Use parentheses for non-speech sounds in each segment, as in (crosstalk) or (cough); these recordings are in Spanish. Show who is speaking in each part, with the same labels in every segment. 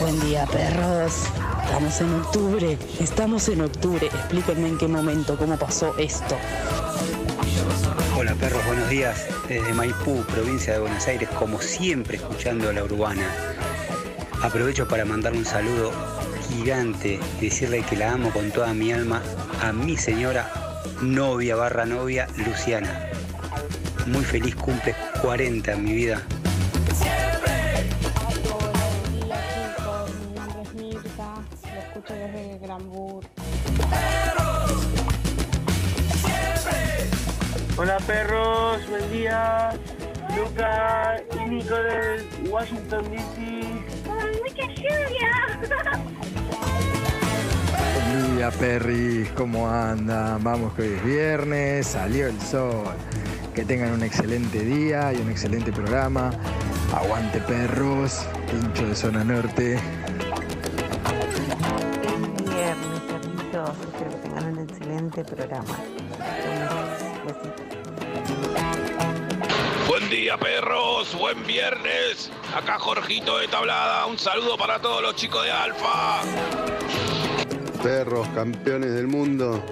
Speaker 1: Buen día, perros. Estamos en octubre. Estamos en octubre. Explíquenme en qué momento, cómo pasó esto.
Speaker 2: Hola perros, buenos días. Desde Maipú, provincia de Buenos Aires, como siempre escuchando a la urbana. Aprovecho para mandar un saludo gigante y decirle que la amo con toda mi alma a mi señora novia barra novia Luciana. Muy feliz cumple 40 en mi vida.
Speaker 3: Hola chicos, mi nombre es Mirta, lo escucho desde Granbur.
Speaker 4: Hola perros, buen día. Luca y Nico de Washington DC.
Speaker 5: Buen día, Perry. ¿Cómo andan? Vamos que hoy es viernes, salió el sol. Que tengan un excelente día y un excelente programa. Aguante perros, pincho de zona norte.
Speaker 6: Buen día, mis perritos. Espero que tengan un excelente programa. Besitos.
Speaker 7: Buen día, perros. Buen viernes. Acá Jorgito de Tablada. Un saludo para todos los chicos de Alfa.
Speaker 8: Perros, campeones del mundo.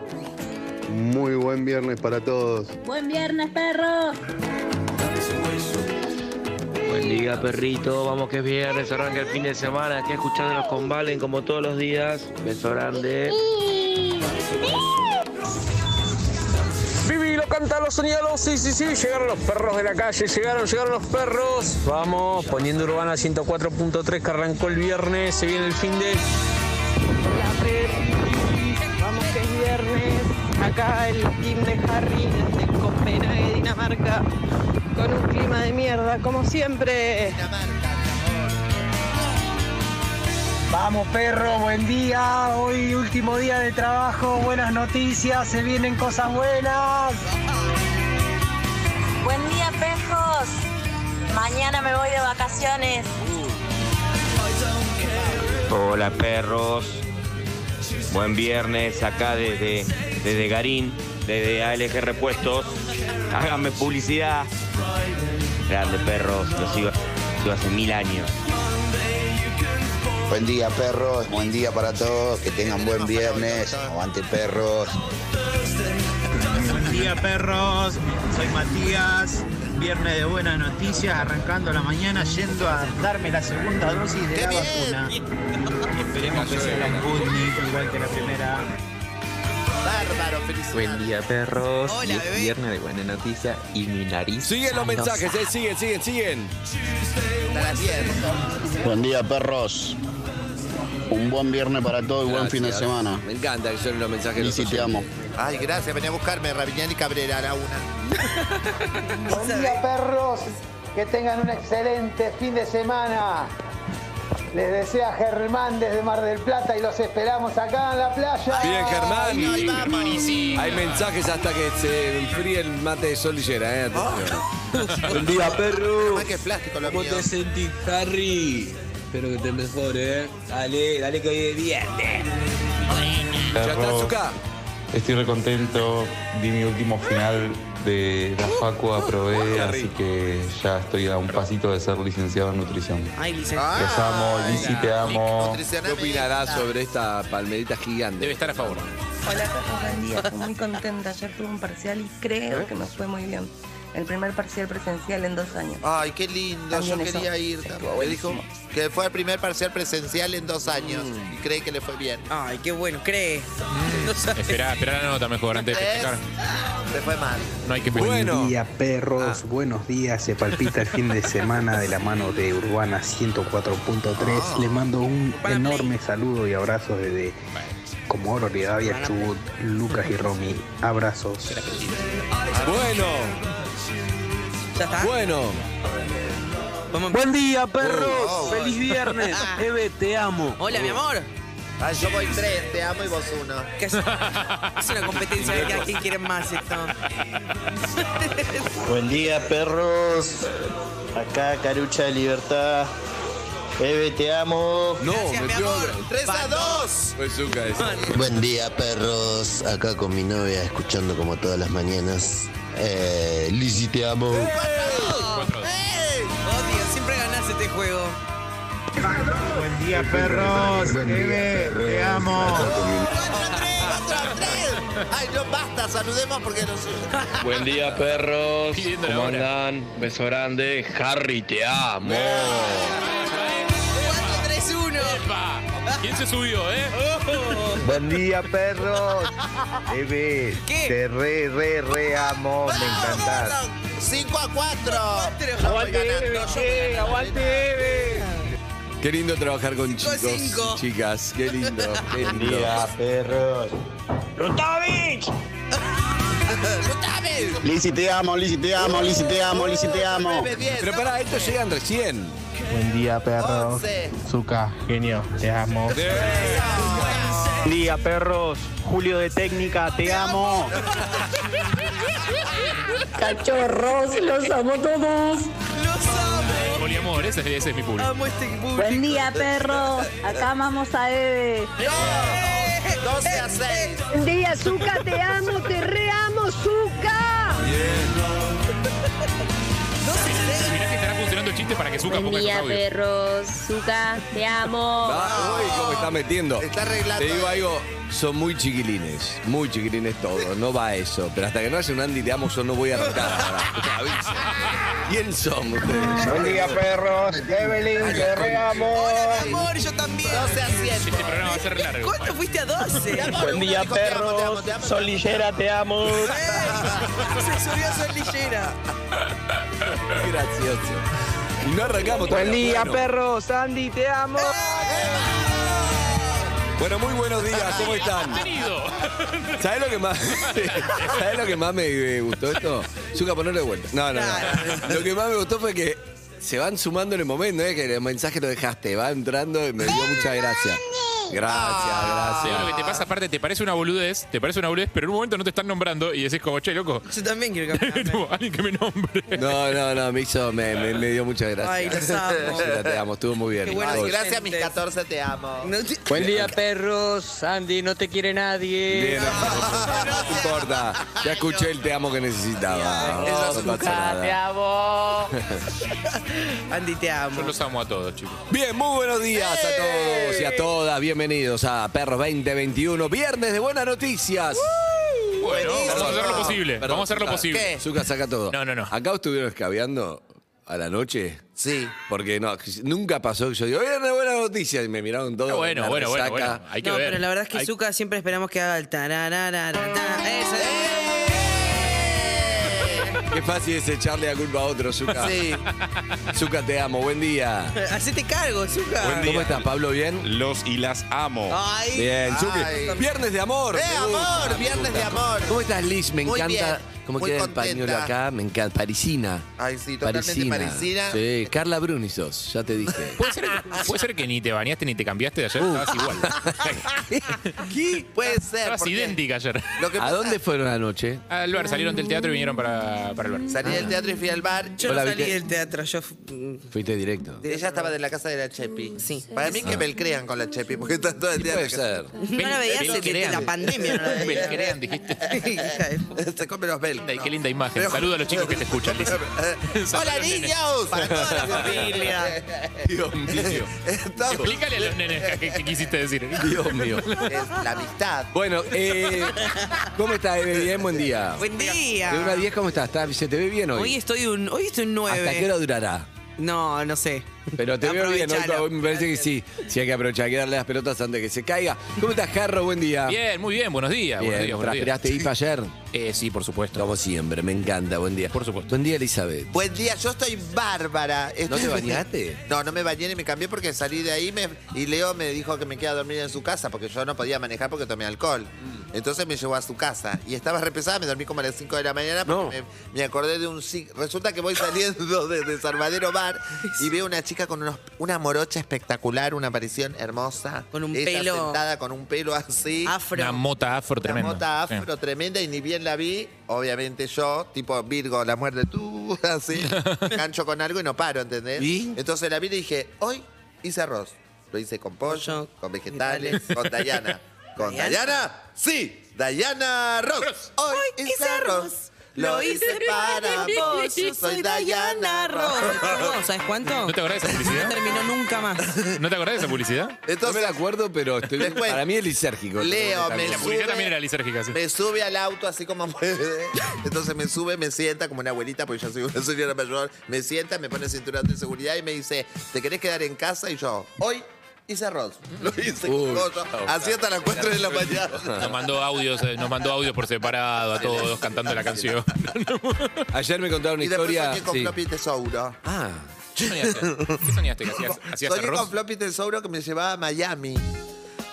Speaker 8: Muy buen viernes para todos.
Speaker 9: Buen viernes, perros.
Speaker 10: Buen día, perrito. Vamos que es viernes, arranca el fin de semana. Aquí escuchándonos con Valen como todos los días. Beso grande.
Speaker 11: Vivi lo canta, lo señaló, sí, sí, sí, llegaron los perros de la calle, llegaron, llegaron los perros. Vamos, poniendo Urbana 104.3 que arrancó el viernes, se viene el fin de...
Speaker 12: Hola, Fer. Vamos que es viernes. Acá el team de Harry desde Copenhague, Dinamarca. Con un clima de mierda, como siempre.
Speaker 13: Vamos perro, buen día. Hoy último día de trabajo, buenas noticias, se vienen cosas buenas.
Speaker 14: Buen día, pejos. Mañana me voy de vacaciones.
Speaker 10: Hola, perros. Buen viernes acá desde, desde Garín, desde ALG Repuestos. Háganme publicidad. Grande, perros. Los sigo, sigo hace mil años.
Speaker 15: Buen día, perros. Buen día para todos. Que tengan buen viernes. Aguante, perros.
Speaker 16: Buen día perros, soy Matías, viernes de buenas noticias, arrancando la mañana yendo a darme la segunda dosis de la vacuna. Esperemos que sea la Sputnik, igual que la primera.
Speaker 17: Bárbaro,
Speaker 18: Buen día, perros. y es viernes de buena noticia y mi nariz. Ah,
Speaker 19: Siguen los mensajes, eh, siguen, siguen, siguen.
Speaker 20: Buen día, perros. Un buen viernes para todos y buen fin de
Speaker 19: Gracias.
Speaker 20: semana.
Speaker 19: Me encanta que son los mensajes. de
Speaker 20: Y
Speaker 19: los
Speaker 20: si te
Speaker 19: oyentes.
Speaker 20: amo.
Speaker 17: Ay, gracias, venía a buscarme, Rabiñán y Cabrera, a la una.
Speaker 13: Buen día perros, que tengan un excelente fin de semana. Les desea Germán desde Mar del Plata y los esperamos acá en la playa.
Speaker 19: Bien, Germán.
Speaker 17: Ay, vamos.
Speaker 19: Hay mensajes hasta que se enfríe el mate de sol y llena, eh. Atención.
Speaker 10: Buen día, perro.
Speaker 17: Más que plástico lo mío.
Speaker 11: sentís, Harry? Espero que te mejore, ¿eh? Dale, dale que hoy es viernes.
Speaker 19: Ya está Zucca.
Speaker 5: Estoy recontento, di mi último final de la facu, aprobé, así que ya estoy a un pasito de ser licenciado en nutrición.
Speaker 18: Ay,
Speaker 7: Ah.
Speaker 18: licenciado.
Speaker 5: Los amo,
Speaker 17: Ay,
Speaker 5: Lizzy,
Speaker 17: la-
Speaker 5: te amo.
Speaker 19: ¿Qué
Speaker 17: nutricioname.
Speaker 19: opinarás sobre esta palmerita gigante?
Speaker 18: Debe estar a favor.
Speaker 6: Hola, perros, buen día. Estoy muy contenta. Ayer tuve un parcial y creo que me fue muy bien. El primer parcial presencial en dos años.
Speaker 17: Ay, qué lindo,
Speaker 6: También
Speaker 17: yo
Speaker 6: eso.
Speaker 17: quería ir. también. Me dijo que fue el primer parcial presencial en dos años y cree que le fue bien.
Speaker 18: Ay, qué bueno, cree.
Speaker 7: Espera, espera la nota mejor antes de
Speaker 17: ¿Ves?
Speaker 7: festejar.
Speaker 17: Le fue mal.
Speaker 7: No hay que
Speaker 2: Buen
Speaker 19: Bueno.
Speaker 2: día,
Speaker 18: Ah.
Speaker 2: perros. Buenos días. Se palpita el fin de semana de la (laughs) mano de Urbana
Speaker 19: Ah.
Speaker 2: 104.3. Les mando un enorme saludo y abrazo desde Comodoro Rivadavia, Chubut, Lucas y Romy. Abrazos.
Speaker 19: Bueno,
Speaker 18: Ya está.
Speaker 19: bueno.
Speaker 18: Vamos. Ah.
Speaker 11: Buen día, perros.
Speaker 17: Oh, oh.
Speaker 11: Feliz
Speaker 18: (laughs)
Speaker 11: viernes. Eve, te amo.
Speaker 18: Hola, mi amor.
Speaker 17: Ay, Ah, yo voy tres, te amo y vos uno.
Speaker 18: Que Es, es una competencia de a quién quiere más
Speaker 11: (laughs)
Speaker 18: esto.
Speaker 20: Buen día, perros. Acá, Carucha de Libertad.
Speaker 21: Eve, te amo.
Speaker 11: No, me
Speaker 8: mi
Speaker 11: dio-
Speaker 8: amor. 3 a 2.
Speaker 11: Fue Zucca esa.
Speaker 21: Buen día, perros. Acá con mi novia, escuchando como todas las mañanas. Eh, Lizzy, te amo.
Speaker 12: ¡Eh! Odio, siempre ganás este juego.
Speaker 22: Buen día, perros. Eve, te amo.
Speaker 8: Ay, no basta, saludemos porque nos.
Speaker 23: Buen día, perros.
Speaker 8: Pidiéndole
Speaker 23: ¿Cómo
Speaker 8: ahora.
Speaker 23: andan? Beso grande. Harry, te amo.
Speaker 12: 4-3-1.
Speaker 7: ¿Quién se subió, eh?
Speaker 5: Buen día, perros. Eve,
Speaker 8: ¿Qué?
Speaker 5: te re, re, re amo. Me encantás.
Speaker 8: 5 a 4.
Speaker 5: aguante,
Speaker 11: Qué lindo trabajar con
Speaker 8: Cinco,
Speaker 11: chicos.
Speaker 8: cinco.
Speaker 11: Chicas, qué lindo. Qué
Speaker 8: Buen
Speaker 11: lindo.
Speaker 8: día,
Speaker 11: perros.
Speaker 8: ¡Rutovich!
Speaker 24: Lizzy, te amo, Lizzy, te amo, Lizzy, te amo, Lizzy, te amo.
Speaker 11: Pero pará, estos llegan recién.
Speaker 5: Buen día, perros. Zuka, genio, te amo.
Speaker 25: Buen día, perros. Julio de Técnica, te amo.
Speaker 26: Cachorros, los amo todos.
Speaker 7: Poliamor, ese, es- ese es mi público.
Speaker 12: Amo este público.
Speaker 1: Buen día, perro. Acá amamos a Eve.
Speaker 8: 12 a 6.
Speaker 1: Buen día, Zuka, te amo, te reamo, Zuka.
Speaker 7: Mirá que estará funcionando el chiste para que Zucca
Speaker 27: Buen
Speaker 7: ponga sus
Speaker 27: día,
Speaker 7: audios.
Speaker 27: perros. Zuka, te amo.
Speaker 11: Ah, uy, cómo está metiendo.
Speaker 8: Está arreglando.
Speaker 11: Te digo algo, son muy chiquilines, muy chiquilines todos, no va eso. Pero hasta que no hace un Andy te amo, yo no voy a arrancar. pará. Avisa. ¿Quién son ustedes?
Speaker 5: Buen día, perros. Evelyn, te re amo.
Speaker 12: Amor, yo también.
Speaker 8: 12 a 7.
Speaker 7: Este programa va a ser largo.
Speaker 12: ¿Cuánto fuiste a 12?
Speaker 25: Buen día, perros. Solillera, te amo.
Speaker 12: Se subió a ser ligera.
Speaker 11: Gracioso. Y no arrancamos
Speaker 5: Buen
Speaker 11: todavía.
Speaker 5: día,
Speaker 11: Bueno.
Speaker 5: perros. Andy, te amo.
Speaker 11: Bueno, muy buenos días, ¿cómo están?
Speaker 7: Bienvenido.
Speaker 11: ¿Sabes lo que más, ¿sabes lo que más me eh, gustó esto? Zuka, ponerlo de vuelta. No, no, no. Lo que más me gustó fue que se van sumando en el momento, ¿eh? que el mensaje lo dejaste, va entrando y me dio mucha gracia. Gracias,
Speaker 7: Sabés
Speaker 11: gracias.
Speaker 7: lo que te pasa aparte, te parece una boludez, te parece una boludez, pero en un momento no te están nombrando y decís como, che,
Speaker 11: (laughs)
Speaker 7: loco,
Speaker 12: Yo también quiero
Speaker 7: (laughs)
Speaker 12: que me
Speaker 7: tipo, alguien que me nombre.
Speaker 11: No, no, no, me hizo, me, me- me dio muchas gracias.
Speaker 12: Ay, los amo.
Speaker 11: Zucca, te amo, estuvo muy bien.
Speaker 12: Qué buenos
Speaker 11: Vos.
Speaker 12: oyentes.
Speaker 8: Gracias, mis 14 te amo.
Speaker 12: No te-
Speaker 25: Buen día, perros. Andy, no te quiere nadie.
Speaker 11: Bien, no, no importa. Ya escuché el te amo que necesitaba.
Speaker 12: Eso
Speaker 11: No,
Speaker 12: es
Speaker 11: no pasa
Speaker 12: Zuka, te
Speaker 11: nada.
Speaker 12: amo. Andy, te amo.
Speaker 7: Yo los amo a todos, chicos.
Speaker 11: Bien, muy buenos días a todos y a todas. Bienvenidos a Perros 2021, viernes de buenas noticias.
Speaker 7: Bueno, vamos a hacer lo
Speaker 11: Perdón,
Speaker 7: posible.
Speaker 11: perdón,
Speaker 7: Vamos a hacer lo
Speaker 11: Zucca.
Speaker 7: posible.
Speaker 11: Zucca, saca todo.
Speaker 7: No, no, no.
Speaker 11: Acá estuvieron escabeando a la noche.
Speaker 8: Sí.
Speaker 11: Porque no, nunca pasó que yo digo, viernes de buenas noticias. Y me miraron todos.
Speaker 7: Ah, bueno,
Speaker 11: una
Speaker 7: bueno, bueno,
Speaker 11: resaca.
Speaker 7: bueno. Hay que
Speaker 12: No,
Speaker 7: ver.
Speaker 12: pero la verdad es que
Speaker 7: Hay-
Speaker 12: Zuka siempre esperamos que haga el Eh, tararararara. Eso
Speaker 11: Qué fácil es echarle la culpa a otro, Zucca.
Speaker 12: Sí.
Speaker 11: Zucca, te amo. Buen día.
Speaker 12: es. Hacete cargo, Zuka.
Speaker 11: ¿Cómo estás, Pablo? ¿Bien?
Speaker 28: Los y las amo.
Speaker 12: Ay.
Speaker 11: Bien,
Speaker 8: Ay.
Speaker 11: Zucca. Viernes de amor.
Speaker 8: ¡Eh,
Speaker 11: me gusta,
Speaker 8: amor!
Speaker 11: me
Speaker 8: Viernes de
Speaker 11: gusta.
Speaker 8: amor.
Speaker 11: ¿Cómo estás, Liz? Me
Speaker 8: Muy
Speaker 11: encanta
Speaker 8: bien,
Speaker 11: cómo
Speaker 8: muy
Speaker 11: queda
Speaker 8: contenta.
Speaker 11: el pañuelo acá. Me encanta. Parisina.
Speaker 8: Ay, sí, totalmente parisina.
Speaker 11: Sí, Carla Bruni sos, ya te
Speaker 8: (laughs)
Speaker 11: dije.
Speaker 7: ¿Puede ser,
Speaker 12: (laughs)
Speaker 7: puede ser que ni te bañaste ni te cambiaste de ayer, estabas igual.
Speaker 11: Uh. (laughs) ¿Qué?
Speaker 8: Puede ser.
Speaker 7: Estabas
Speaker 8: porque
Speaker 7: idéntica ayer.
Speaker 8: Lo que
Speaker 11: ¿A
Speaker 8: pasa-
Speaker 11: dónde fueron anoche?
Speaker 7: Al bar, salieron del teatro y vinieron para, para el bar.
Speaker 8: Salí del teatro y fui al bar.
Speaker 12: Yo
Speaker 11: Hola,
Speaker 12: no salí
Speaker 11: Vite.
Speaker 12: del teatro, yo fu-
Speaker 11: Fuiste directo. Ah.
Speaker 8: Ella estaba de la casa de la Chepi. Sí. Para mí que me crean con la Chepi, porque está todo el día
Speaker 11: Puede
Speaker 8: en la
Speaker 11: ser.
Speaker 12: no la veía desde desde la pandemia. No la veía.
Speaker 7: Belcrean, dijiste.
Speaker 12: (laughs) Hija de puta.
Speaker 8: casa. (laughs) Se come los belgas.
Speaker 7: Ay, Qué linda imagen. Saludo a los chicos que te escuchan, Liz.
Speaker 8: (laughs) ¡Hola, niños!
Speaker 12: Para
Speaker 28: (laughs)
Speaker 12: toda la familia.
Speaker 7: (laughs)
Speaker 11: Dios mío.
Speaker 8: Estamos-
Speaker 7: Explícale a los nenes qué qué quisiste decir.
Speaker 11: Dios mío.
Speaker 8: Es la amistad.
Speaker 11: Bueno, eh, ¿cómo estás, Eve? Bien, buen día.
Speaker 12: Buen
Speaker 11: De 1 a
Speaker 12: día.
Speaker 11: 10, ¿cómo estás? ¿Estás- ¿Se te ve bien hoy?
Speaker 12: Hoy estoy un, hoy estoy un
Speaker 11: ¿Hasta qué hora
Speaker 12: 9.
Speaker 11: durará?
Speaker 12: No, no sé.
Speaker 11: Pero te veo bien, hoy,
Speaker 12: Aprovechalo.
Speaker 11: hoy me parece que sí. Sí, hay que aprovechar, hay que darle las pelotas antes de que se caiga. ¿Cómo estás, Jarro? Buen día.
Speaker 7: Bien, muy bien. Buenos días. Buenos días, buenos días.
Speaker 11: ¿Transpiraste IPA ayer?
Speaker 7: Eh, sí, por supuesto.
Speaker 11: Como siempre, me encanta. Buen día.
Speaker 7: Por supuesto.
Speaker 11: Buen día, Elizabeth.
Speaker 8: Buen día, yo estoy bárbara.
Speaker 11: ¿No
Speaker 8: Estoy-
Speaker 11: te bañaste?
Speaker 8: (laughs) No, no me bañé ni me cambié porque salí de ahí me- y Leo me dijo que me quedaba a dormir en su casa porque yo no podía manejar porque tomé alcohol. Entonces me llevó a su casa y estaba repesada, me dormí como a las 5 de la mañana porque me, me acordé de un... sig- Resulta que voy saliendo desde Salvadero Bar y veo una chica con unos- una morocha espectacular, una aparición hermosa.
Speaker 12: Con un
Speaker 8: Ella
Speaker 12: pelo-
Speaker 8: sentada con un pelo así.
Speaker 12: Afro.
Speaker 7: Una mota afro
Speaker 8: Una
Speaker 7: tremenda.
Speaker 8: mota afro tremenda y ni bien la vi, obviamente yo, tipo Virgo, la (laughs) muerte tú, así, me engancho con algo y no paro, ¿entendés?
Speaker 11: ¿Y?
Speaker 8: Entonces la vi y dije, hoy hice arroz. Lo hice con pollo, con vegetales, con Dayana. (laughs) ¿Con
Speaker 12: ¿Dayana?
Speaker 8: Dayana? Sí, Dayana Arroz. Hoy hice arroz. Lo (laughs) hice para vos. Yo soy Dayana Arroz.
Speaker 12: (laughs) ¿Sabes cuánto?
Speaker 7: ¿No te acordás de esa
Speaker 12: No
Speaker 7: publicidad?
Speaker 12: terminó nunca más.
Speaker 7: ¿No te acordás de esa
Speaker 8: (laughs)
Speaker 7: publicidad?
Speaker 8: Entonces,
Speaker 11: no me la acuerdo, pero estoy,
Speaker 8: Después-
Speaker 11: para mí es lisérgico.
Speaker 8: Leo, me
Speaker 11: También.
Speaker 8: La publicidad sube- también
Speaker 7: era lisérgica, sí.
Speaker 8: (laughs) Me sube al auto así como (laughs) puede. Entonces me sube, me sienta como una abuelita, porque yo soy una señora mayor. Me sienta, me pone el cinturón de seguridad y me dice, ¿te querés quedar en casa? Y yo, hoy hice arroz. (laughs) Lo hice con pollo. Así hasta las 4 de la mañana.
Speaker 7: Nos mandó audios, eh, nos mandó audios por separado a todos cantando la
Speaker 8: (laughs)
Speaker 7: canción.
Speaker 11: Ayer me contaron (laughs) una
Speaker 8: Y después
Speaker 11: historia.
Speaker 8: soñé con
Speaker 11: sí.
Speaker 8: floppy tesauro.
Speaker 11: Ah.
Speaker 7: ¿Qué soñaste? ¿Qué soñaste? ¿Que hacías, hacías
Speaker 8: Soñé con
Speaker 7: arroz?
Speaker 8: floppy tesauro que me llevaba a Miami.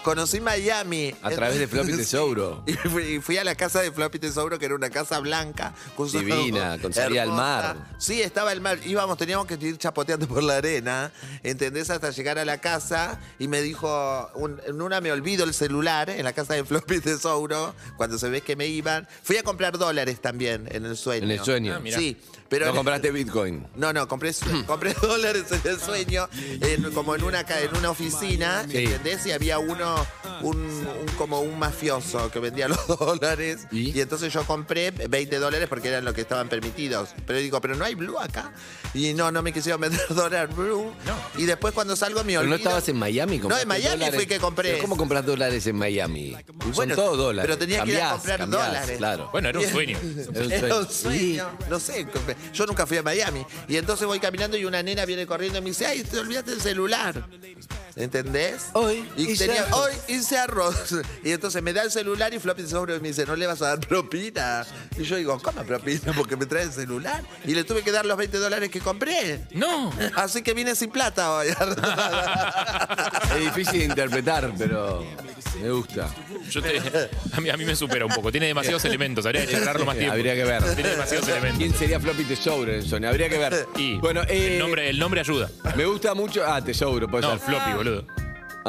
Speaker 8: Conocí Miami.
Speaker 11: A través de Floppy Tesauro.
Speaker 8: (laughs) Y fui, y fui a la casa de Floppy Tesauro, que era una casa blanca. con su-
Speaker 11: Divina, con salida al
Speaker 8: hermosa.
Speaker 11: mar.
Speaker 8: Sí, estaba el mar. Íbamos, teníamos que ir chapoteando por la arena, ¿entendés? Hasta llegar a la casa y me dijo, un- en una me olvido el celular, en la casa de Floppy Tesauro, cuando se ve que me iban. Fui a comprar dólares también, en el sueño.
Speaker 11: En el sueño.
Speaker 8: sí. Pero
Speaker 11: no compraste Bitcoin.
Speaker 8: no, no,
Speaker 11: (laughs)
Speaker 8: compré, su- compré dólares en el sueño, en- como en una, ca- en una oficina,
Speaker 11: Sí.
Speaker 8: ¿entendés? Y había uno, un, un- como un mafioso que vendía los (laughs) dólares. ¿Y? entonces yo compré 20 dólares porque eran lo que estaban permitidos. Pero digo, pero no hay blue acá. Y no, no me quisieron vender (laughs) dólar blue. Y después cuando salgo me
Speaker 11: Pero
Speaker 8: olvido.
Speaker 11: no estabas en Miami.
Speaker 8: No, en
Speaker 11: compraste
Speaker 8: Miami
Speaker 11: dólares.
Speaker 8: fui que compré.
Speaker 11: ¿Pero ¿Cómo compras dólares en Miami?
Speaker 8: bueno,
Speaker 11: Son todos dólares.
Speaker 8: pero tenía que ir a comprar dólares.
Speaker 11: Claro.
Speaker 7: Bueno, era un sueño.
Speaker 11: Era (laughs) un
Speaker 8: Era
Speaker 11: sueño.
Speaker 8: un sueño. No sé, yo nunca fui a Miami. Y entonces voy caminando y una nena viene corriendo y me dice, ay, te olvidaste el celular. ¿Entendés? Hoy. Y
Speaker 11: hice
Speaker 8: tenía,
Speaker 11: arroz.
Speaker 8: hoy hice arroz. (laughs) Y entonces me da el celular y Floppy sobre me dice, no le vas a dar propina. Y yo digo, ¿cómo propina? Porque me trae el celular. Y le tuve que dar los 20 dólares que compré.
Speaker 7: No.
Speaker 8: Así que vine sin plata hoy.
Speaker 11: (laughs) Es difícil de interpretar, pero me gusta.
Speaker 7: Yo te- (laughs) a, mí, a mí me supera un poco. Tiene demasiados elementos. Habría que charlarlo más tiempo.
Speaker 11: Habría que ver.
Speaker 7: Tiene demasiados elementos.
Speaker 11: ¿Quién sería Floppy Tesauro en el Sony? Habría que ver.
Speaker 7: Y
Speaker 11: bueno, eh,
Speaker 7: el, nombre, el nombre ayuda.
Speaker 11: Me gusta mucho. Ah, Tesauro, puede
Speaker 7: No,
Speaker 11: ser.
Speaker 7: floppy, boludo.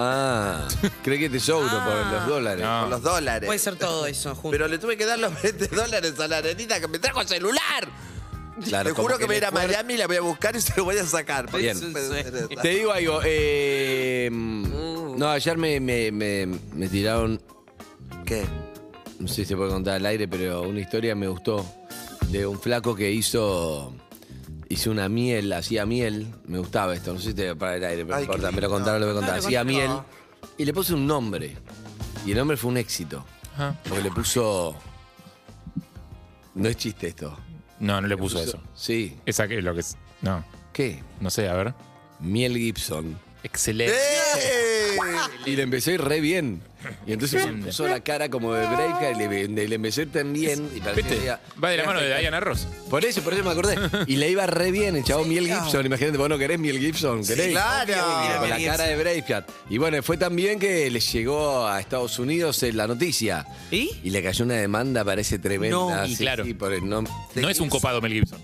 Speaker 11: Ah, cree que Tesauro por los dólares.
Speaker 7: Ah. No.
Speaker 8: Por los dólares.
Speaker 12: Puede ser todo eso junto.
Speaker 8: Pero le tuve que dar los 20 dólares a la arenita que me trajo el celular.
Speaker 11: Claro,
Speaker 8: Te
Speaker 11: como
Speaker 8: juro que,
Speaker 11: que
Speaker 8: me voy a ir a
Speaker 11: el cuerpo-
Speaker 8: Miami y la voy a buscar y se lo voy a sacar.
Speaker 11: Bien.
Speaker 8: Eso es-
Speaker 11: Te digo algo. eh, no, ayer me, me- me- me tiraron.
Speaker 8: ¿Qué?
Speaker 11: No sé si se puede contar al aire, pero una historia me gustó. De un flaco que hizo. Hizo una miel, hacía miel. Me gustaba esto, no sé si te para el aire, pero no
Speaker 8: Ay, qué
Speaker 11: importa. Me lo
Speaker 8: lindo.
Speaker 11: contaron, lo voy a contar.
Speaker 8: Dale,
Speaker 11: Hacía miel
Speaker 8: contalo.
Speaker 11: y le puse un nombre. Y el nombre fue un éxito. Porque le puso. No es chiste esto.
Speaker 7: No, no le puso,
Speaker 11: puso-
Speaker 7: eso.
Speaker 11: Sí.
Speaker 7: Esa que es lo que es. No.
Speaker 11: ¿Qué?
Speaker 7: No sé, a ver.
Speaker 11: Miel Gibson.
Speaker 7: Excelente.
Speaker 11: Eh.
Speaker 8: ¡Eh!
Speaker 11: Y le empezó a ir re bien. Y entonces me puso la cara como de Breaker y le, le empezó a ir tan bien. Y parecía que
Speaker 7: ¿Viste?
Speaker 11: era-
Speaker 7: Va de la
Speaker 11: era
Speaker 7: mano de
Speaker 11: espectacular.
Speaker 7: Diana Ross.
Speaker 11: Por eso, por eso me acordé. Y le iba re bien el chavo Miel Gibson. Imagínate, vos no querés Miel Gibson, querés.
Speaker 8: claro.
Speaker 11: Con la cara de Braveheart. Y bueno, fue tan bien que le llegó a Estados Unidos eh, la noticia. ¿Y? Y le cayó una demanda, parece tremenda.
Speaker 7: No. Y
Speaker 11: sí,
Speaker 7: claro.
Speaker 11: sí, por el nombre.
Speaker 7: No es un copado Mel Gibson.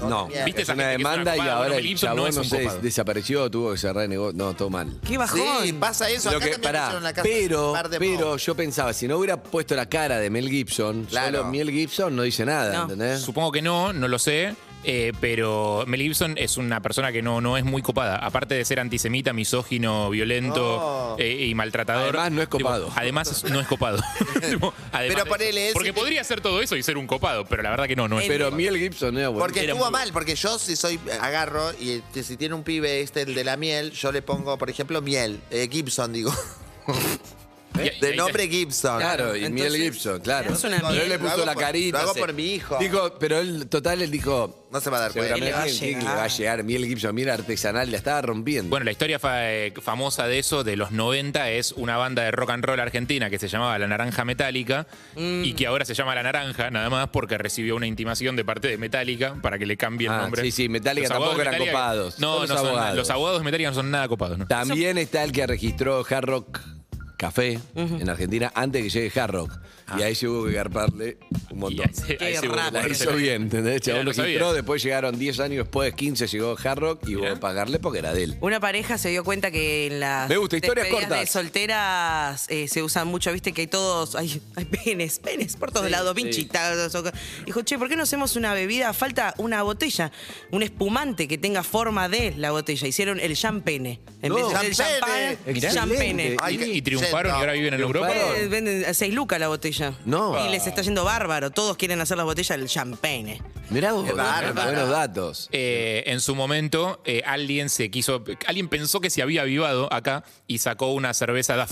Speaker 11: No,
Speaker 8: Bien.
Speaker 7: ¿Viste
Speaker 11: ¿Viste es
Speaker 7: esa
Speaker 11: una
Speaker 7: gente que es una
Speaker 11: demanda y
Speaker 7: copada?
Speaker 11: ahora
Speaker 7: Bueno, Mel
Speaker 11: el
Speaker 7: Gibson
Speaker 11: chabón
Speaker 7: no
Speaker 11: no,
Speaker 7: es un
Speaker 11: sé,
Speaker 7: copado.
Speaker 11: desapareció, tuvo que cerrar el negocio. No, todo mal.
Speaker 12: Qué bajón.
Speaker 8: Sí, pasa eso.
Speaker 11: Lo
Speaker 8: Acá
Speaker 11: que,
Speaker 8: también
Speaker 11: pará,
Speaker 8: pusieron la casa de un
Speaker 11: pero,
Speaker 8: par de
Speaker 11: pero
Speaker 8: mods.
Speaker 11: yo pensaba, si no hubiera puesto la cara de Mel Gibson,
Speaker 8: Claro.
Speaker 11: solo Mel Gibson no dice nada,
Speaker 8: ¿eh?
Speaker 11: ¿entendés?
Speaker 7: Supongo que no, no lo sé. eh, pero Mel Gibson es una persona que no, no es muy copada. Aparte de ser antisemita, misógino, violento
Speaker 8: No.
Speaker 7: eh, y maltratador.
Speaker 11: Además, no es
Speaker 7: Tipo,
Speaker 11: copado.
Speaker 7: además, es- no es
Speaker 8: (laughs)
Speaker 7: copado. (laughs) Tipo, además
Speaker 8: Pero
Speaker 7: de-
Speaker 8: ponele ese
Speaker 7: Porque
Speaker 8: que-
Speaker 7: podría ser todo eso y ser un copado, pero la verdad que no, no es.
Speaker 11: Pero
Speaker 7: copado.
Speaker 11: Mel Gibson era bueno.
Speaker 8: Porque
Speaker 7: Era
Speaker 8: estuvo
Speaker 7: muy
Speaker 8: mal, porque yo si soy eh, agarro y que si tiene un pibe este el de la miel, yo le pongo, por ejemplo, miel, eh, Gibson digo.
Speaker 7: Y- y ahí
Speaker 8: De
Speaker 7: te-
Speaker 8: nombre Gibson.
Speaker 11: Claro, y Mel Gibson, claro.
Speaker 12: es una
Speaker 11: Pero él
Speaker 12: mierda.
Speaker 11: le
Speaker 8: Ah, Lo
Speaker 11: puso
Speaker 8: hago
Speaker 11: la
Speaker 8: por-
Speaker 11: carita.
Speaker 8: lo hago
Speaker 11: se-
Speaker 8: por mi hijo.
Speaker 11: Dijo, pero él, total, él dijo,
Speaker 8: No se va a dar cuenta.
Speaker 11: seguramente
Speaker 12: va a
Speaker 11: sí, le
Speaker 12: llegar.
Speaker 11: va a llegar Mel Gibson, mira artesanal, la estaba rompiendo.
Speaker 7: Bueno, la historia fa- eh, famosa de eso, de los 90, es una banda de rock and roll argentina que se llamaba La Naranja Metálica
Speaker 11: Mm.
Speaker 7: y que ahora se llama La Naranja, nada más porque recibió una intimación de parte de Metallica para que le cambie el
Speaker 11: Ah,
Speaker 7: nombre.
Speaker 11: sí, sí, Metallica
Speaker 7: Los abogados de
Speaker 11: tampoco eran
Speaker 7: Metallica-
Speaker 11: copados,
Speaker 7: No,
Speaker 11: son
Speaker 7: no
Speaker 11: los
Speaker 7: son-
Speaker 11: abogados.
Speaker 7: los abogados de Metallica no son nada copados, ¿no?
Speaker 11: También está el que registró Hard Rock café en Argentina antes que llegue Hard Rock. Y ahí sí hubo que garparle un montón. (laughs)
Speaker 12: Qué ahí sí hubo que raro.
Speaker 11: La
Speaker 12: garparle.
Speaker 11: hizo bien, ¿entendés? Chabón
Speaker 12: Mira, no
Speaker 11: lo
Speaker 12: sabía.
Speaker 11: registró, después llegaron 10 años, después 15 llegó Hard Rock y hubo que pagarle porque era de él.
Speaker 12: Una pareja se dio cuenta que en las
Speaker 11: Me gusta, historias
Speaker 12: despedidas
Speaker 11: cortas.
Speaker 12: de solteras eh, se usan mucho, viste que hay todos, hay, hay penes, penes por todos
Speaker 3: Sí,
Speaker 12: lados,
Speaker 3: sí.
Speaker 12: pinchitas. o- Dijo, che, ¿por qué no hacemos una bebida? Falta una botella, un espumante que tenga forma de la botella. Hicieron el champene. En vez de
Speaker 8: No.
Speaker 12: ser el
Speaker 8: Oh. Champene.
Speaker 12: champán, champene.
Speaker 8: Ay, qué-
Speaker 12: Eh, Venden a 6 lucas la botella.
Speaker 11: No.
Speaker 12: Y les está yendo bárbaro. Todos quieren hacer las botellas del champene.
Speaker 11: Mirá eh,
Speaker 12: Qué bárbaro.
Speaker 11: buenos datos.
Speaker 7: Eh, en su momento, eh, alguien se quiso. Alguien pensó que se había avivado acá y sacó una cerveza DAF.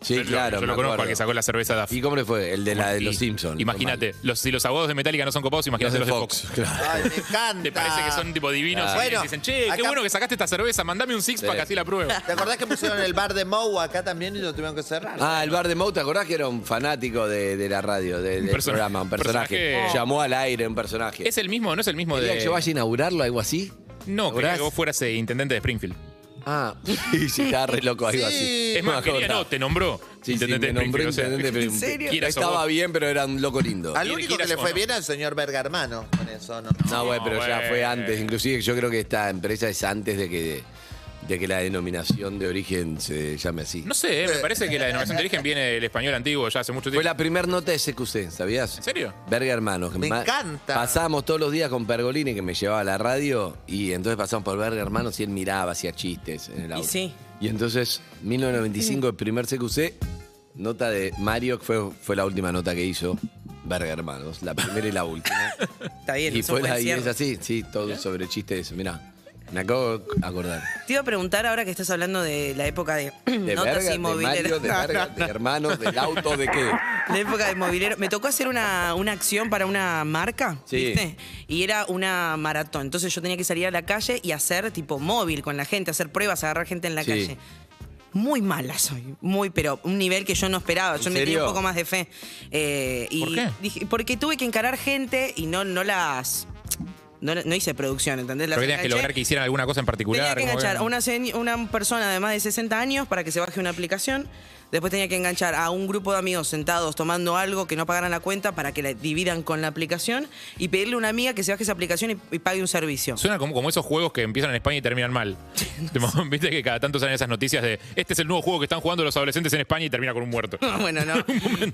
Speaker 11: Sí,
Speaker 7: Yo lo-
Speaker 11: claro,
Speaker 7: Yo
Speaker 11: me
Speaker 7: lo conozco
Speaker 11: acuerdo.
Speaker 7: al que sacó la cerveza DAF.
Speaker 11: ¿Y cómo le fue? El de la de los Simpsons.
Speaker 7: Imagínate, los, si los abogados de Metallica no son copados, imagínate
Speaker 11: Los
Speaker 7: los
Speaker 11: de
Speaker 7: de
Speaker 11: Fox, Ah.
Speaker 7: Fox. (laughs)
Speaker 8: Ay, me encanta.
Speaker 7: Te parece que son tipo divinos.
Speaker 8: Claro.
Speaker 7: Y
Speaker 8: Bueno,
Speaker 7: dicen, che, qué
Speaker 8: acá-
Speaker 7: bueno que sacaste esta cerveza, mandame un six pack, así la
Speaker 12: (laughs)
Speaker 7: pruebo.
Speaker 8: ¿Te acordás que pusieron el bar de Moe acá también y lo tuvieron que cerrar?
Speaker 11: Ah, el bar de Mou, ¿te acordás que era un fanático de, de la radio, de- del
Speaker 7: persona-
Speaker 11: programa? Un personaje.
Speaker 7: personaje-
Speaker 11: Llamó al aire un personaje.
Speaker 7: ¿Es el mismo? ¿No es el mismo
Speaker 11: ¿Quería
Speaker 7: de.?
Speaker 11: que yo vaya a inaugurarlo, algo así?
Speaker 7: No, quería que vos fueras eh, intendente de Springfield.
Speaker 11: Ah, (laughs) sí, sí, estaba re loco, algo así.
Speaker 7: Es más,
Speaker 11: Me
Speaker 7: quería,
Speaker 11: acordaba.
Speaker 7: no, te nombró
Speaker 11: Sí, sí,
Speaker 7: intendente
Speaker 11: me
Speaker 7: de
Speaker 11: nombré
Speaker 7: Springfield. o sea, (laughs)
Speaker 11: intendente de Springfield.
Speaker 7: quieras o
Speaker 11: Estaba
Speaker 7: vos-
Speaker 11: bien, pero era un loco lindo.
Speaker 8: Al único que le fue bien al señor Verga Hermano con eso, ¿no?
Speaker 11: No, güey, pero ya
Speaker 8: güey.
Speaker 11: fue antes. Inclusive yo creo que esta empresa es antes de que, de que la denominación de origen se llame así.
Speaker 7: No sé, eh, me parece que la denominación de origen viene del español antiguo ya hace mucho tiempo.
Speaker 11: Fue la primera nota de SQC, ¿sabías? ¿En
Speaker 7: serio?
Speaker 11: Verga Hermanos.
Speaker 7: Me
Speaker 11: Ma-
Speaker 7: encanta.
Speaker 11: Pasábamos todos los días con Pergolini, que me llevaba a la radio, y entonces pasábamos por Verga Hermanos y él miraba, hacía chistes en el auto.
Speaker 12: sí.
Speaker 11: Y entonces, 1995, el primer CQC, nota de Mario, que fue, fue la última nota que hizo Verga Hermanos, la primera y la última.
Speaker 12: Está (laughs) bien,
Speaker 11: y
Speaker 12: es un
Speaker 11: fue
Speaker 12: buen
Speaker 11: la, y
Speaker 12: cierre.
Speaker 11: es así, sí, todo sobre chistes. Mirá, me acabo de acordar.
Speaker 12: Te iba a preguntar ahora que estás hablando de la época de, (clears throat)
Speaker 11: De
Speaker 12: notas
Speaker 11: Verga,
Speaker 12: y
Speaker 11: de Mario,
Speaker 12: mobileros.
Speaker 11: de Verga, de Hermanos, del auto, ¿de
Speaker 12: (laughs)
Speaker 11: qué?
Speaker 12: La época de mobilero. Me tocó hacer una, una acción para una marca,
Speaker 11: Sí.
Speaker 12: ¿viste? Y era una maratón. Entonces yo tenía que salir a la calle y hacer tipo móvil con la gente, hacer pruebas, agarrar gente en la
Speaker 11: Sí.
Speaker 12: calle. Muy mala soy, muy, pero un nivel que yo no esperaba. Yo
Speaker 11: ¿En
Speaker 12: me tenía
Speaker 11: serio?
Speaker 12: un poco más de fe. Eh, y
Speaker 11: ¿Por qué?
Speaker 12: dije- porque tuve que encarar gente y no, no las. No, no hice producción, ¿entendés? Las
Speaker 7: Pero tenías que
Speaker 12: enganché.
Speaker 7: lograr que hicieran alguna cosa en particular.
Speaker 12: Tenía que
Speaker 7: como
Speaker 12: enganchar
Speaker 7: que-
Speaker 12: a una, señ- una persona de más de 60 años para que se baje una aplicación. Después tenía que enganchar a un grupo de amigos sentados tomando algo que no pagaran la cuenta para que la dividan con la aplicación y pedirle a una amiga que se baje esa aplicación y, y pague un servicio.
Speaker 7: Suena como, como esos juegos que empiezan en España y terminan (laughs) mal. Tipo, Viste que cada tanto salen esas noticias de este es el nuevo juego que están jugando los adolescentes en España y termina con un (laughs) muerto.
Speaker 12: (laughs) bueno,
Speaker 11: (laughs)
Speaker 12: no.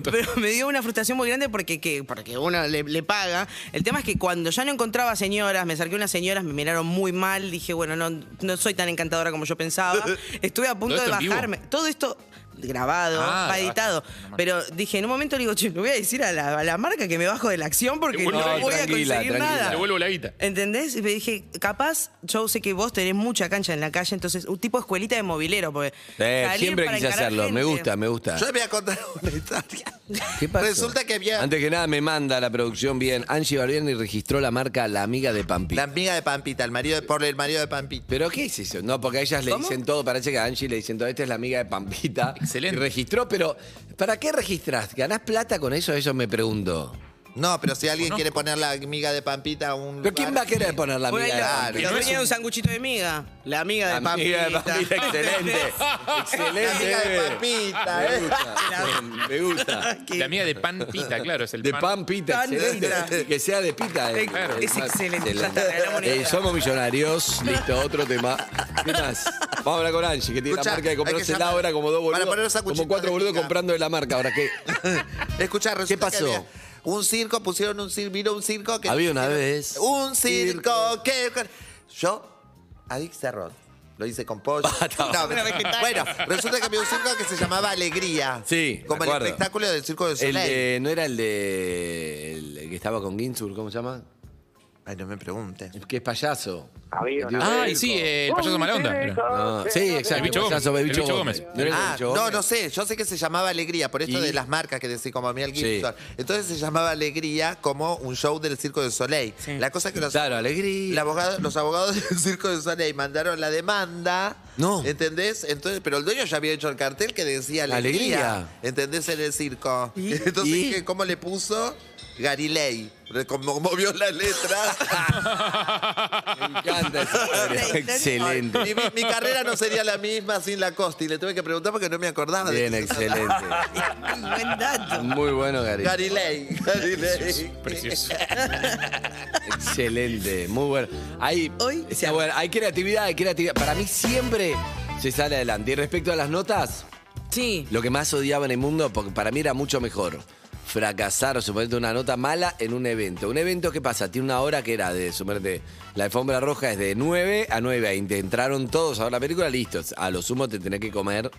Speaker 12: Pero me dio una frustración muy grande porque, que, porque uno le, le paga. El tema es que cuando ya no encontraba señoras, me acerqué a unas señoras, me miraron muy mal. Dije, bueno, no, no soy tan encantadora como
Speaker 11: (laughs)
Speaker 12: yo pensaba. Estuve a punto
Speaker 3: ¿Todo
Speaker 12: de
Speaker 3: esto en vivo?
Speaker 12: bajarme. Todo esto grabado,
Speaker 3: Ah,
Speaker 12: va editado. Pero dije, en un momento le digo, che, le voy a decir a la, a la marca que me bajo de la acción porque no
Speaker 7: Devuelvo
Speaker 12: voy
Speaker 7: la guita.
Speaker 12: a conseguir nada.
Speaker 7: Devuelvo la (laughs) guita.
Speaker 12: ¿Entendés? Y me dije, capaz, yo sé que vos tenés mucha cancha en la calle, entonces, un tipo de escuelita de mobilero, porque.
Speaker 11: Eh,
Speaker 12: salir
Speaker 11: siempre
Speaker 12: para
Speaker 11: quise
Speaker 12: encarar
Speaker 11: hacerlo, me
Speaker 12: gente.
Speaker 11: gusta, me gusta.
Speaker 8: Yo les voy a contar (laughs) una historia.
Speaker 11: ¿Qué pasó?
Speaker 8: Resulta que había-
Speaker 11: Antes que nada me manda la producción bien. Angie Barbieri registró la marca La Amiga de Pampita. La
Speaker 8: Amiga de Pampita, el marido de, por el marido de Pampita.
Speaker 11: ¿Pero qué es eso? No, porque a ellas le dicen todo, parece que a Angie le dicen todo, esta es la amiga de Pampita. Excelente. Registró, pero ¿para qué registras? ¿Ganás plata con eso? Eso me pregunto.
Speaker 8: No, pero si alguien quiere poner la amiga de Pampita a un.
Speaker 11: ¿Pero quién va a querer poner la
Speaker 12: Por ahí
Speaker 11: amiga de
Speaker 12: la-
Speaker 11: Pampita?
Speaker 12: yo tenía un sanguchito de miga. La amiga de
Speaker 11: Amiga
Speaker 12: Pampita.
Speaker 11: de Pampita, excelente. Excelente.
Speaker 8: La amiga de Pampita,
Speaker 11: Me
Speaker 8: ¿eh?
Speaker 11: gusta, me gusta.
Speaker 7: La mía de pan pita, claro, es el
Speaker 11: De
Speaker 7: pan.
Speaker 11: pan pita,
Speaker 7: Pan
Speaker 11: excelente.
Speaker 7: pita.
Speaker 11: Que sea de pita. eh.
Speaker 7: Claro. Es excelente,
Speaker 11: Excelente.
Speaker 7: ya está, regalamos una
Speaker 11: Eh,
Speaker 7: idea.
Speaker 11: somos millonarios. Listo, otro tema. ¿Qué más? Vamos a hablar con Angie, que tiene
Speaker 8: Escuchá,
Speaker 11: la marca de
Speaker 8: hay que
Speaker 11: comprarse la
Speaker 8: llamar-
Speaker 11: ahora como dos
Speaker 8: para poner
Speaker 11: boludos.
Speaker 8: esa
Speaker 11: Como cuatro boludos comprando de la marca. Ahora, ¿qué?
Speaker 8: Escuchá, resulta
Speaker 11: ¿Qué pasó?
Speaker 8: que había un circo, pusieron un circo, vino un circo que.
Speaker 11: Había una vez.
Speaker 8: Un circo que. Yo, Adix Terror. Lo hice con
Speaker 11: (laughs)
Speaker 8: pollo.
Speaker 11: Ah,
Speaker 8: No,
Speaker 11: Era vegetariano.
Speaker 8: bueno, resulta que había un circo que se llamaba Alegría.
Speaker 11: Sí, me
Speaker 8: Como el
Speaker 11: acuerdo.
Speaker 8: espectáculo del circo de
Speaker 11: El eh,
Speaker 8: Soleil.
Speaker 11: de- ¿No era el de. el que estaba con Ginsburg? ¿Cómo se llama?
Speaker 8: Ay, no me preguntes.
Speaker 11: Que es payaso.
Speaker 7: Ah, y sí, eh, el payaso mala onda. Mira.
Speaker 11: No, sí, exacto.
Speaker 7: El bicho
Speaker 11: payaso,
Speaker 7: Gómez.
Speaker 11: el bicho
Speaker 7: El bicho
Speaker 11: Gómez.
Speaker 7: Gómez.
Speaker 11: ¿No era el
Speaker 8: Ah,
Speaker 11: bicho
Speaker 8: no,
Speaker 11: Gómez?
Speaker 8: no sé. Yo sé que se llamaba Alegría, por esto
Speaker 11: Y-
Speaker 8: de las marcas que decís, como Miel
Speaker 11: Sí.
Speaker 8: Gibson. Entonces se llamaba Alegría como un show del Circo del Soleil. La cosa que los,
Speaker 11: Claro, Alegría.
Speaker 8: (laughs) el abogado- los abogados del Circo del Soleil mandaron la demanda No. ¿Entendés? Entonces, pero el dueño ya había hecho el cartel que decía alegría.
Speaker 11: Alegría.
Speaker 8: ¿Entendés? En el circo. Entonces, dije, ¿cómo le puso? Garilei. Como movió
Speaker 11: (laughs)
Speaker 8: la letra. Me
Speaker 11: encanta esa historia. Excelente.
Speaker 8: Mi, mi carrera no sería la misma sin la Costi. Le tuve que preguntar porque no me acordaba de
Speaker 11: Bien,
Speaker 8: eso.
Speaker 11: excelente.
Speaker 12: (laughs)
Speaker 6: Buen dato.
Speaker 11: Muy bueno, Gary.
Speaker 8: Garilei. Garilei.
Speaker 7: Precioso.
Speaker 11: Excelente, muy bueno. Hay, está bueno, hay creatividad, hay creatividad. Para mí siempre se sale adelante. Y respecto a las notas,
Speaker 12: sí.
Speaker 11: lo que más odiaba en el mundo, porque para mí era mucho mejor fracasar o suponerte una nota mala en un evento. Un evento, ¿qué pasa? Tiene una hora que era de, suponerte, la alfombra roja es de 9 a 9.20. Entraron todos a ver la película, listos. A lo sumo te tenés que comer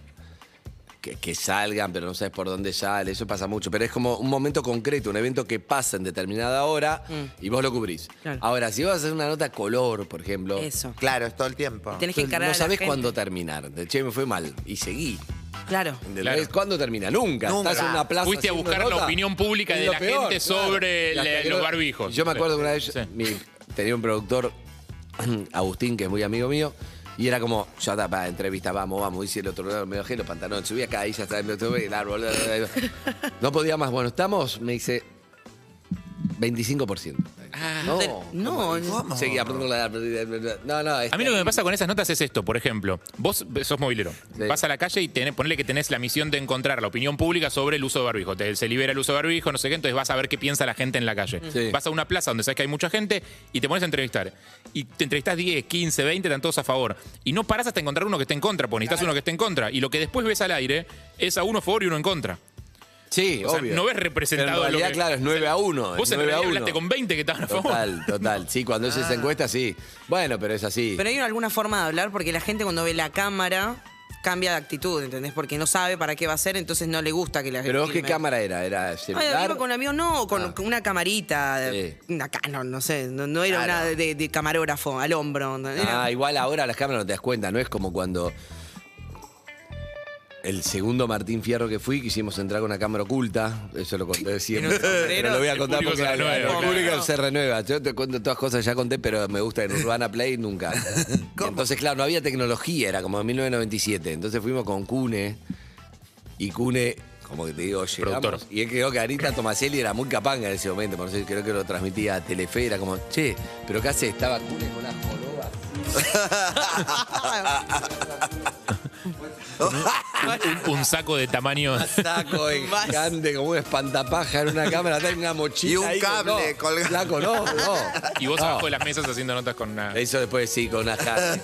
Speaker 11: que, que salgan, pero no sabes por dónde sale, eso pasa mucho. Pero es como un momento concreto, un evento que pasa en determinada hora y vos lo cubrís.
Speaker 12: Mm. Claro.
Speaker 11: Ahora, si vas a hacer una nota color, por ejemplo.
Speaker 12: Eso.
Speaker 8: Claro, es todo el tiempo.
Speaker 12: Tenés que
Speaker 11: Entonces,
Speaker 12: encarar a
Speaker 11: No
Speaker 12: la
Speaker 11: sabés
Speaker 12: gente.
Speaker 11: cuándo terminar. De, che, me fue mal. Y seguí.
Speaker 12: Claro.
Speaker 11: ¿Entendés? ¿Cuándo termina? Nunca.
Speaker 7: Nunca.
Speaker 11: Estás en una plaza.
Speaker 7: Fuiste a
Speaker 11: haciendo
Speaker 7: buscar la
Speaker 11: nota.
Speaker 7: opinión pública
Speaker 11: Es
Speaker 7: de
Speaker 11: lo
Speaker 7: la
Speaker 11: peor,
Speaker 7: gente sobre
Speaker 11: Y hasta
Speaker 7: le-
Speaker 11: que
Speaker 7: los barbijos.
Speaker 11: Yo me
Speaker 7: Sí.
Speaker 11: acuerdo que una vez mi- tenía un productor, (clears throat) Agustín, que es muy amigo mío, y era como, ya está, para entrevista, vamos, vamos, dice el otro lado, me bajé los pantalones, subí acá, ahí ya está, me otro el árbol. bla, bla, bla, bla. No podía más, bueno, estamos, me dice, 25%. Ah. no,
Speaker 12: no, no.
Speaker 11: Seguía, no, no, este,
Speaker 7: A mí lo que me pasa con esas notas es esto, por ejemplo, vos sos movilero, vas a la calle y tenés, ponele que tenés la misión de encontrar la opinión pública sobre el uso de barbijo, Te- se libera el uso de barbijo, no sé qué, entonces vas a ver qué piensa la gente en la calle.
Speaker 11: Sí.
Speaker 7: Vas a una plaza donde sabes que hay mucha gente y te pones a entrevistar. Y te entrevistás 10, 15, 20, están todos a favor. Y no parás hasta encontrar uno que esté en contra, porque necesitas uno que esté en contra. Y lo que después ves al aire es a uno a favor y uno en contra.
Speaker 11: Sí,
Speaker 7: O sea,
Speaker 11: obvio.
Speaker 7: no ves
Speaker 11: Pero
Speaker 7: representado
Speaker 11: En
Speaker 7: lo
Speaker 11: realidad,
Speaker 7: que-
Speaker 11: claro, es 9 a 1.
Speaker 7: Vos en realidad hablaste con 20 que estaban a favor.
Speaker 11: Total, total. Sí, cuando
Speaker 7: Ah.
Speaker 11: es esa encuesta, sí. Bueno, pero es así.
Speaker 12: Pero hay alguna forma de hablar porque la gente cuando ve la cámara cambia de actitud, ¿entendés? Porque no sabe para qué va a ser, entonces no le gusta que la
Speaker 11: Pero vos, ¿qué
Speaker 12: filmen.
Speaker 11: cámara era? ¿Era
Speaker 12: Ay,
Speaker 11: celular?
Speaker 12: iba con un amigo, no, con, con una camarita,
Speaker 11: Sí.
Speaker 12: una Canon, no sé, no, no era
Speaker 11: Claro.
Speaker 12: una de, de camarógrafo al hombro. ¿no? Era-
Speaker 11: Ah, igual ahora las cámaras no te das cuenta, no es como cuando el segundo Martín Fierro que fui quisimos entrar con una cámara oculta, eso lo conté siempre, pero lo voy a
Speaker 7: El
Speaker 11: contar
Speaker 7: público
Speaker 11: porque
Speaker 7: se
Speaker 11: la,
Speaker 7: renueva,
Speaker 11: la- el
Speaker 7: claro.
Speaker 11: público se renueva. Yo te cuento todas cosas que ya conté, pero me gusta en Urbana Play
Speaker 12: (laughs)
Speaker 11: nunca. Entonces, claro, no había tecnología, era como en 1997, entonces fuimos con Cune y Cune como que te digo, llegamos,
Speaker 7: Productor.
Speaker 11: y él creo que Anita Tomaselli era muy capanga en ese momento, por no sé, creo que lo transmitía a Telefe, era como, che, pero ¿qué hace? Estaba Cune con una joroba.
Speaker 7: (laughs) Un, un saco de
Speaker 11: (laughs)
Speaker 7: tamaño.
Speaker 11: saco de gigante como un espantapaja en una cámara, trae una mochila.
Speaker 7: Y un
Speaker 11: ahí,
Speaker 7: cable
Speaker 11: no,
Speaker 7: colgado.
Speaker 11: flaco, no, no.
Speaker 7: Y vos
Speaker 11: No.
Speaker 7: abajo de las mesas haciendo notas con una.
Speaker 11: Eso después sí, con una jarra.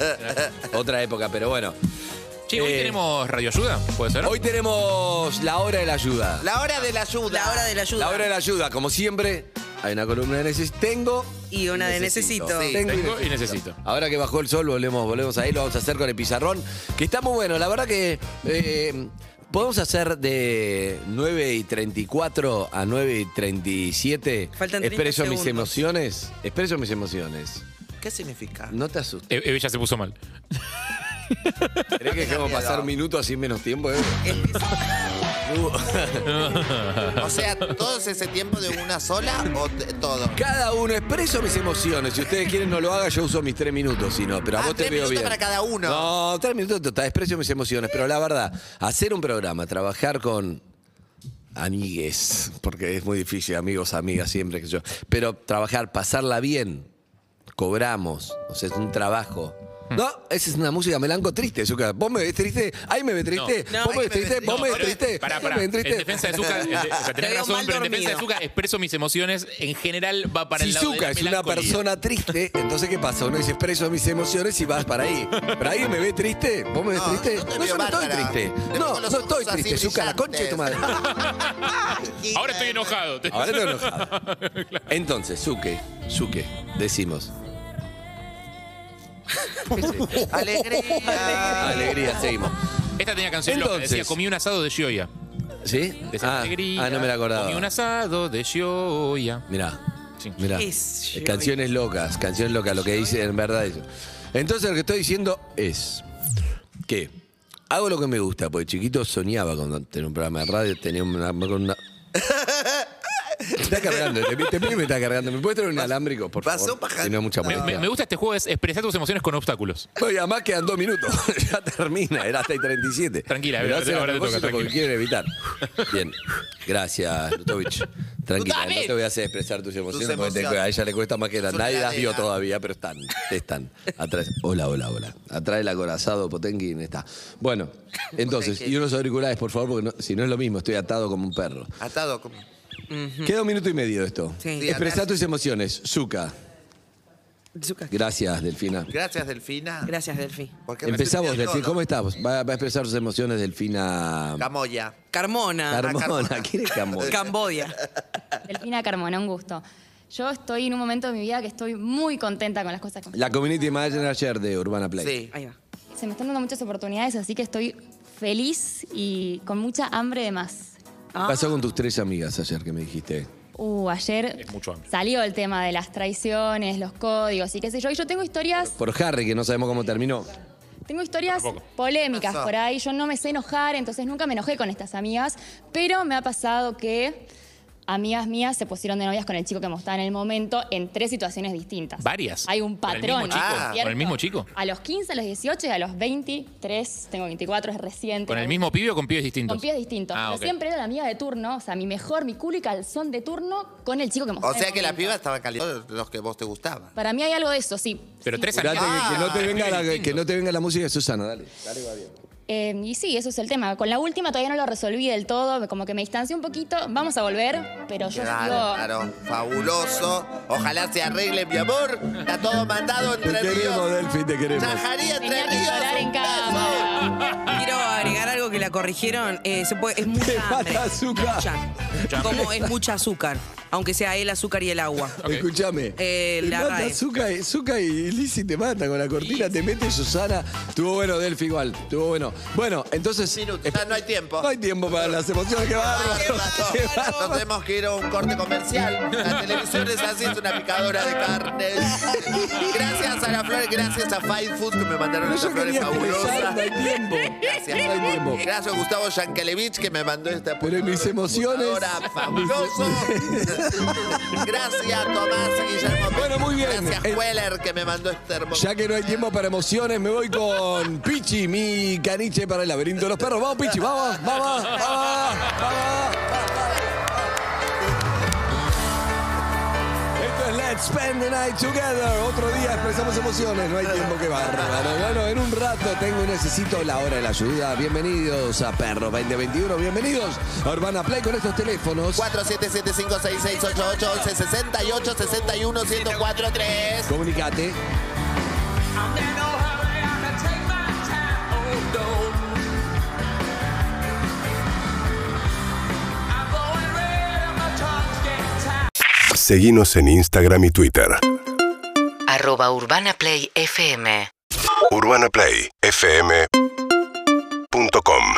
Speaker 11: Otra época, pero bueno.
Speaker 7: Che, hoy
Speaker 11: Eh,
Speaker 7: tenemos radioayuda, ¿puede ser?
Speaker 11: Hoy tenemos la hora de la ayuda.
Speaker 8: (laughs) La hora de la ayuda.
Speaker 12: La hora de la ayuda.
Speaker 11: La hora de la ayuda, como siempre, hay una columna de necesito. Tengo.
Speaker 12: Y una de necesito. (laughs) Sí,
Speaker 11: Tengo,
Speaker 7: tengo
Speaker 11: y
Speaker 7: y
Speaker 11: necesito. Ahora que bajó el sol, volvemos, volvemos ahí, lo vamos a hacer con el pizarrón, que está muy bueno. La verdad que eh, podemos hacer de 9 y 34 a 9 y 37.
Speaker 8: Faltan 30
Speaker 11: Expreso mis
Speaker 8: segundos.
Speaker 11: emociones. Expreso mis emociones.
Speaker 8: ¿Qué significa?
Speaker 11: No
Speaker 7: (laughs)
Speaker 11: te asustes.
Speaker 7: Eh, eh, ya se puso mal.
Speaker 11: ¿Crees que dejemos pasar un minuto así menos tiempo? eh? (laughs)
Speaker 8: O sea, ¿todo es ese tiempo de una sola o t- todo?
Speaker 11: Cada uno expreso mis emociones. Si ustedes quieren no lo haga, yo uso mis tres minutos, si no. Pero a
Speaker 8: Ah,
Speaker 11: vos te
Speaker 8: tres
Speaker 11: veo
Speaker 8: minutos
Speaker 11: bien.
Speaker 8: para cada uno.
Speaker 11: No, tres minutos total, expreso mis emociones. Pero la verdad, hacer un programa, trabajar con amigues, porque es muy difícil, amigos, amigas, siempre que yo. Pero trabajar, pasarla bien, cobramos, o sea, es un trabajo.
Speaker 7: Hmm.
Speaker 11: No, esa es una música melanco triste, Zucca. Vos me ves triste, ahí me ves triste,
Speaker 7: No.
Speaker 11: vos me ves triste, vos me ves triste.
Speaker 7: Pará,
Speaker 11: ahí
Speaker 7: pará.
Speaker 11: me
Speaker 7: En
Speaker 11: ves triste.
Speaker 7: defensa
Speaker 11: (laughs)
Speaker 7: de Zucca, en de- o
Speaker 3: (laughs)
Speaker 7: sea,
Speaker 11: Te
Speaker 7: tenés
Speaker 11: veo
Speaker 7: razón,
Speaker 11: mal
Speaker 7: pero en defensa de
Speaker 11: dormido.
Speaker 7: Zucca expreso mis emociones. En general va para
Speaker 11: si
Speaker 7: el lado de
Speaker 11: Zucca
Speaker 7: la
Speaker 11: es una
Speaker 7: melancolía.
Speaker 11: persona triste, entonces ¿qué pasa? Uno dice expreso mis emociones y vas para ahí. Pero ahí me ve triste, vos me ves triste.
Speaker 8: no te
Speaker 11: No,
Speaker 8: veo
Speaker 11: yo no estoy
Speaker 8: bárbara.
Speaker 11: triste.
Speaker 8: Te veo
Speaker 11: No,
Speaker 8: con
Speaker 11: no
Speaker 8: los
Speaker 11: estoy
Speaker 8: ojos así
Speaker 11: triste, Zucca, la concha de tu madre.
Speaker 8: (laughs)
Speaker 7: Ahora estoy enojado.
Speaker 11: Ahora estoy enojado. Entonces, Zuke, Zuke, decimos.
Speaker 8: Alegría.
Speaker 11: Alegría, seguimos.
Speaker 7: Esta tenía canción loca, decía
Speaker 11: Entonces.
Speaker 7: comí un asado de Gioia.
Speaker 11: ¿Sí?
Speaker 7: Decía
Speaker 11: Ah,
Speaker 7: alegría.
Speaker 11: ah, no me la
Speaker 7: Comí un
Speaker 11: acordaba.
Speaker 7: asado de Gioia.
Speaker 11: Mirá.
Speaker 7: Sí.
Speaker 11: Mirá.
Speaker 7: ¿Qué es
Speaker 11: Eh, Canciones locas, canciones locas, lo que dice en verdad eso. Entonces lo que estoy diciendo es que hago lo que me
Speaker 7: (laughs)
Speaker 11: gusta, porque chiquito soñaba con tener un programa de radio, tenía una, con una- está cargando, te, te pido y me está cargando. ¿Me puedes traer un alámbrico, por favor? Si no, mucha
Speaker 7: Me, me-
Speaker 11: molestia.
Speaker 7: me gusta este juego, es expresar tus emociones con obstáculos.
Speaker 11: No, y además quedan dos minutos. (laughs) ya termina, era hasta y 37.
Speaker 7: Tranquila,
Speaker 11: Pero
Speaker 7: ahora-
Speaker 11: hacen a
Speaker 7: ahora te toca,
Speaker 11: propósito porque
Speaker 7: tranquila.
Speaker 11: quieren evitar. Bien. Gracias, Lutovich. Tranquila, no te voy a hacer expresar tus emociones,
Speaker 8: Tus
Speaker 11: porque te-
Speaker 8: emociones.
Speaker 11: a ella le cuesta más que la.
Speaker 8: Es una
Speaker 11: Nadie las vio
Speaker 8: heladera.
Speaker 11: todavía, pero están. Están. Atrás. Hola, hola, hola. Atrás el acorazado Potenkin está. Bueno, entonces, y unos auriculares, por favor, porque no- si no es lo mismo, estoy atado como un perro.
Speaker 8: Atado como.
Speaker 11: Queda un minuto y medio de esto.
Speaker 8: Sí. Sí,
Speaker 11: Expresá
Speaker 8: acá-
Speaker 11: tus emociones, Zuka. Gracias, Delfina.
Speaker 8: Gracias, Delfina.
Speaker 12: Gracias, Delfi.
Speaker 11: Empezamos, Delfina. ¿Cómo estás? Va, va a expresar sus emociones, Delfina.
Speaker 8: ah, Camoya.
Speaker 12: Carmona.
Speaker 11: Carmona. ¿Quién
Speaker 8: (laughs)
Speaker 11: es Carmona?
Speaker 12: Cambodia.
Speaker 3: Delfina Carmona, un gusto. Yo estoy en un momento de mi vida que estoy muy contenta con las cosas que me-
Speaker 11: La community manager de Urbana Play.
Speaker 3: Ahí va. Se me están dando muchas oportunidades, así que estoy feliz y con mucha hambre de más.
Speaker 12: Ah.
Speaker 11: ¿Qué Pasó con tus tres amigas ayer que me dijiste.
Speaker 3: Uh, ayer
Speaker 11: Mucho hambre.
Speaker 3: salió el tema de las traiciones, los códigos y qué sé yo. Y yo tengo historias,
Speaker 11: Por Harry, que no sabemos cómo terminó.
Speaker 3: tengo historias
Speaker 11: Tampoco.
Speaker 3: polémicas
Speaker 11: Pasó.
Speaker 3: por ahí. Yo no me sé enojar, entonces nunca me enojé con estas amigas, pero me ha pasado que amigas mías se pusieron de novias con el chico que me gustaba en el momento en tres situaciones distintas.
Speaker 7: Varias.
Speaker 3: Hay un
Speaker 7: ¿Con el mismo
Speaker 3: patrón.
Speaker 7: chico?
Speaker 11: Ah.
Speaker 3: ¿cierto?
Speaker 7: ¿Con el mismo chico?
Speaker 3: A los 15, a los 18 y a los 23, tengo 24, es reciente.
Speaker 7: ¿Con el mismo pibe o con pibes distintos?
Speaker 3: Con pies distintos.
Speaker 7: Ah,
Speaker 3: Pero
Speaker 7: ok.
Speaker 3: siempre era la amiga de turno, o sea, mi mejor, mi culo y calzón de turno con el chico que
Speaker 8: O
Speaker 3: mostraba.
Speaker 8: sea que la piba estaba caliente los que vos te gustaban.
Speaker 3: Para mí hay algo de eso, sí.
Speaker 7: Pero tres
Speaker 11: Esperate
Speaker 7: amigas.
Speaker 11: que, que no te
Speaker 7: Ah,
Speaker 11: venga
Speaker 7: es
Speaker 11: la, que no te venga la música de Susana, dale. Dale, va bien.
Speaker 3: Eh, y sí, eso es el tema. Con la última todavía no lo resolví del todo, como que me distancié un poquito. Vamos a volver, pero yo sigo-
Speaker 8: Claro, claro, fabuloso. Ojalá se arregle, mi amor. Está todo mandado
Speaker 11: Te
Speaker 8: entre
Speaker 11: queremos,
Speaker 8: ríos.
Speaker 11: Delfi, te queremos.
Speaker 8: Chajaría entre ríos.
Speaker 3: en cámara.
Speaker 12: Quiero agregar algo que la corrigieron. eh, se puede, es
Speaker 11: Te
Speaker 12: mucha
Speaker 11: mata
Speaker 12: hambre.
Speaker 11: azúcar.
Speaker 12: Mucha. Como es mucha azúcar. Aunque sea el azúcar y el agua.
Speaker 11: Escúchame.
Speaker 12: Eh,
Speaker 11: te
Speaker 12: la
Speaker 11: mata
Speaker 12: RAE.
Speaker 11: Zucca y- Zucca y Lizzy te mata con la cortina, te mete Susana. Tuvo bueno, Delfi igual. Tuvo bueno. Bueno, entonces.
Speaker 8: Ya no hay tiempo.
Speaker 11: No hay tiempo para las emociones que va
Speaker 8: Ay, qué bárbaro. Nos tenemos que ir a un corte comercial. La televisión es así, es una picadora de carnes. Gracias a la flor, gracias a Fine Food que me mandaron esta flor
Speaker 11: quería
Speaker 8: fabulosa.
Speaker 11: expresar, no hay tiempo.
Speaker 8: Gracias.
Speaker 11: No hay tiempo.
Speaker 8: Gracias a Gustavo Yankelevich que me mandó esta
Speaker 11: Pero mis emociones.
Speaker 8: picadora fabulosa. Gracias a Tomás y Guillermo. Bueno, muy bien. Gracias a Weller que me mandó este hermoso.
Speaker 11: Eh, Ya que no hay tiempo para emociones, me voy con Pichi, mi caniche para el laberinto de los perros. Vamos, Pichi, vamos, vamos, vamos, vamos. Esto es Let's Spend the Night Together. Otro día expresamos emociones, no hay tiempo que bárbaro. Bueno, en un rato tengo y necesito la hora de la ayuda. Bienvenidos a Perros 2021, bienvenidos a Urbana Play con estos teléfonos.
Speaker 8: 4775-6688-1168-61-1043.
Speaker 11: Comunicate.
Speaker 29: Seguinos en Instagram y Twitter.
Speaker 10: Arroba Urbana Play FM.
Speaker 29: UrbanaPlayFM.com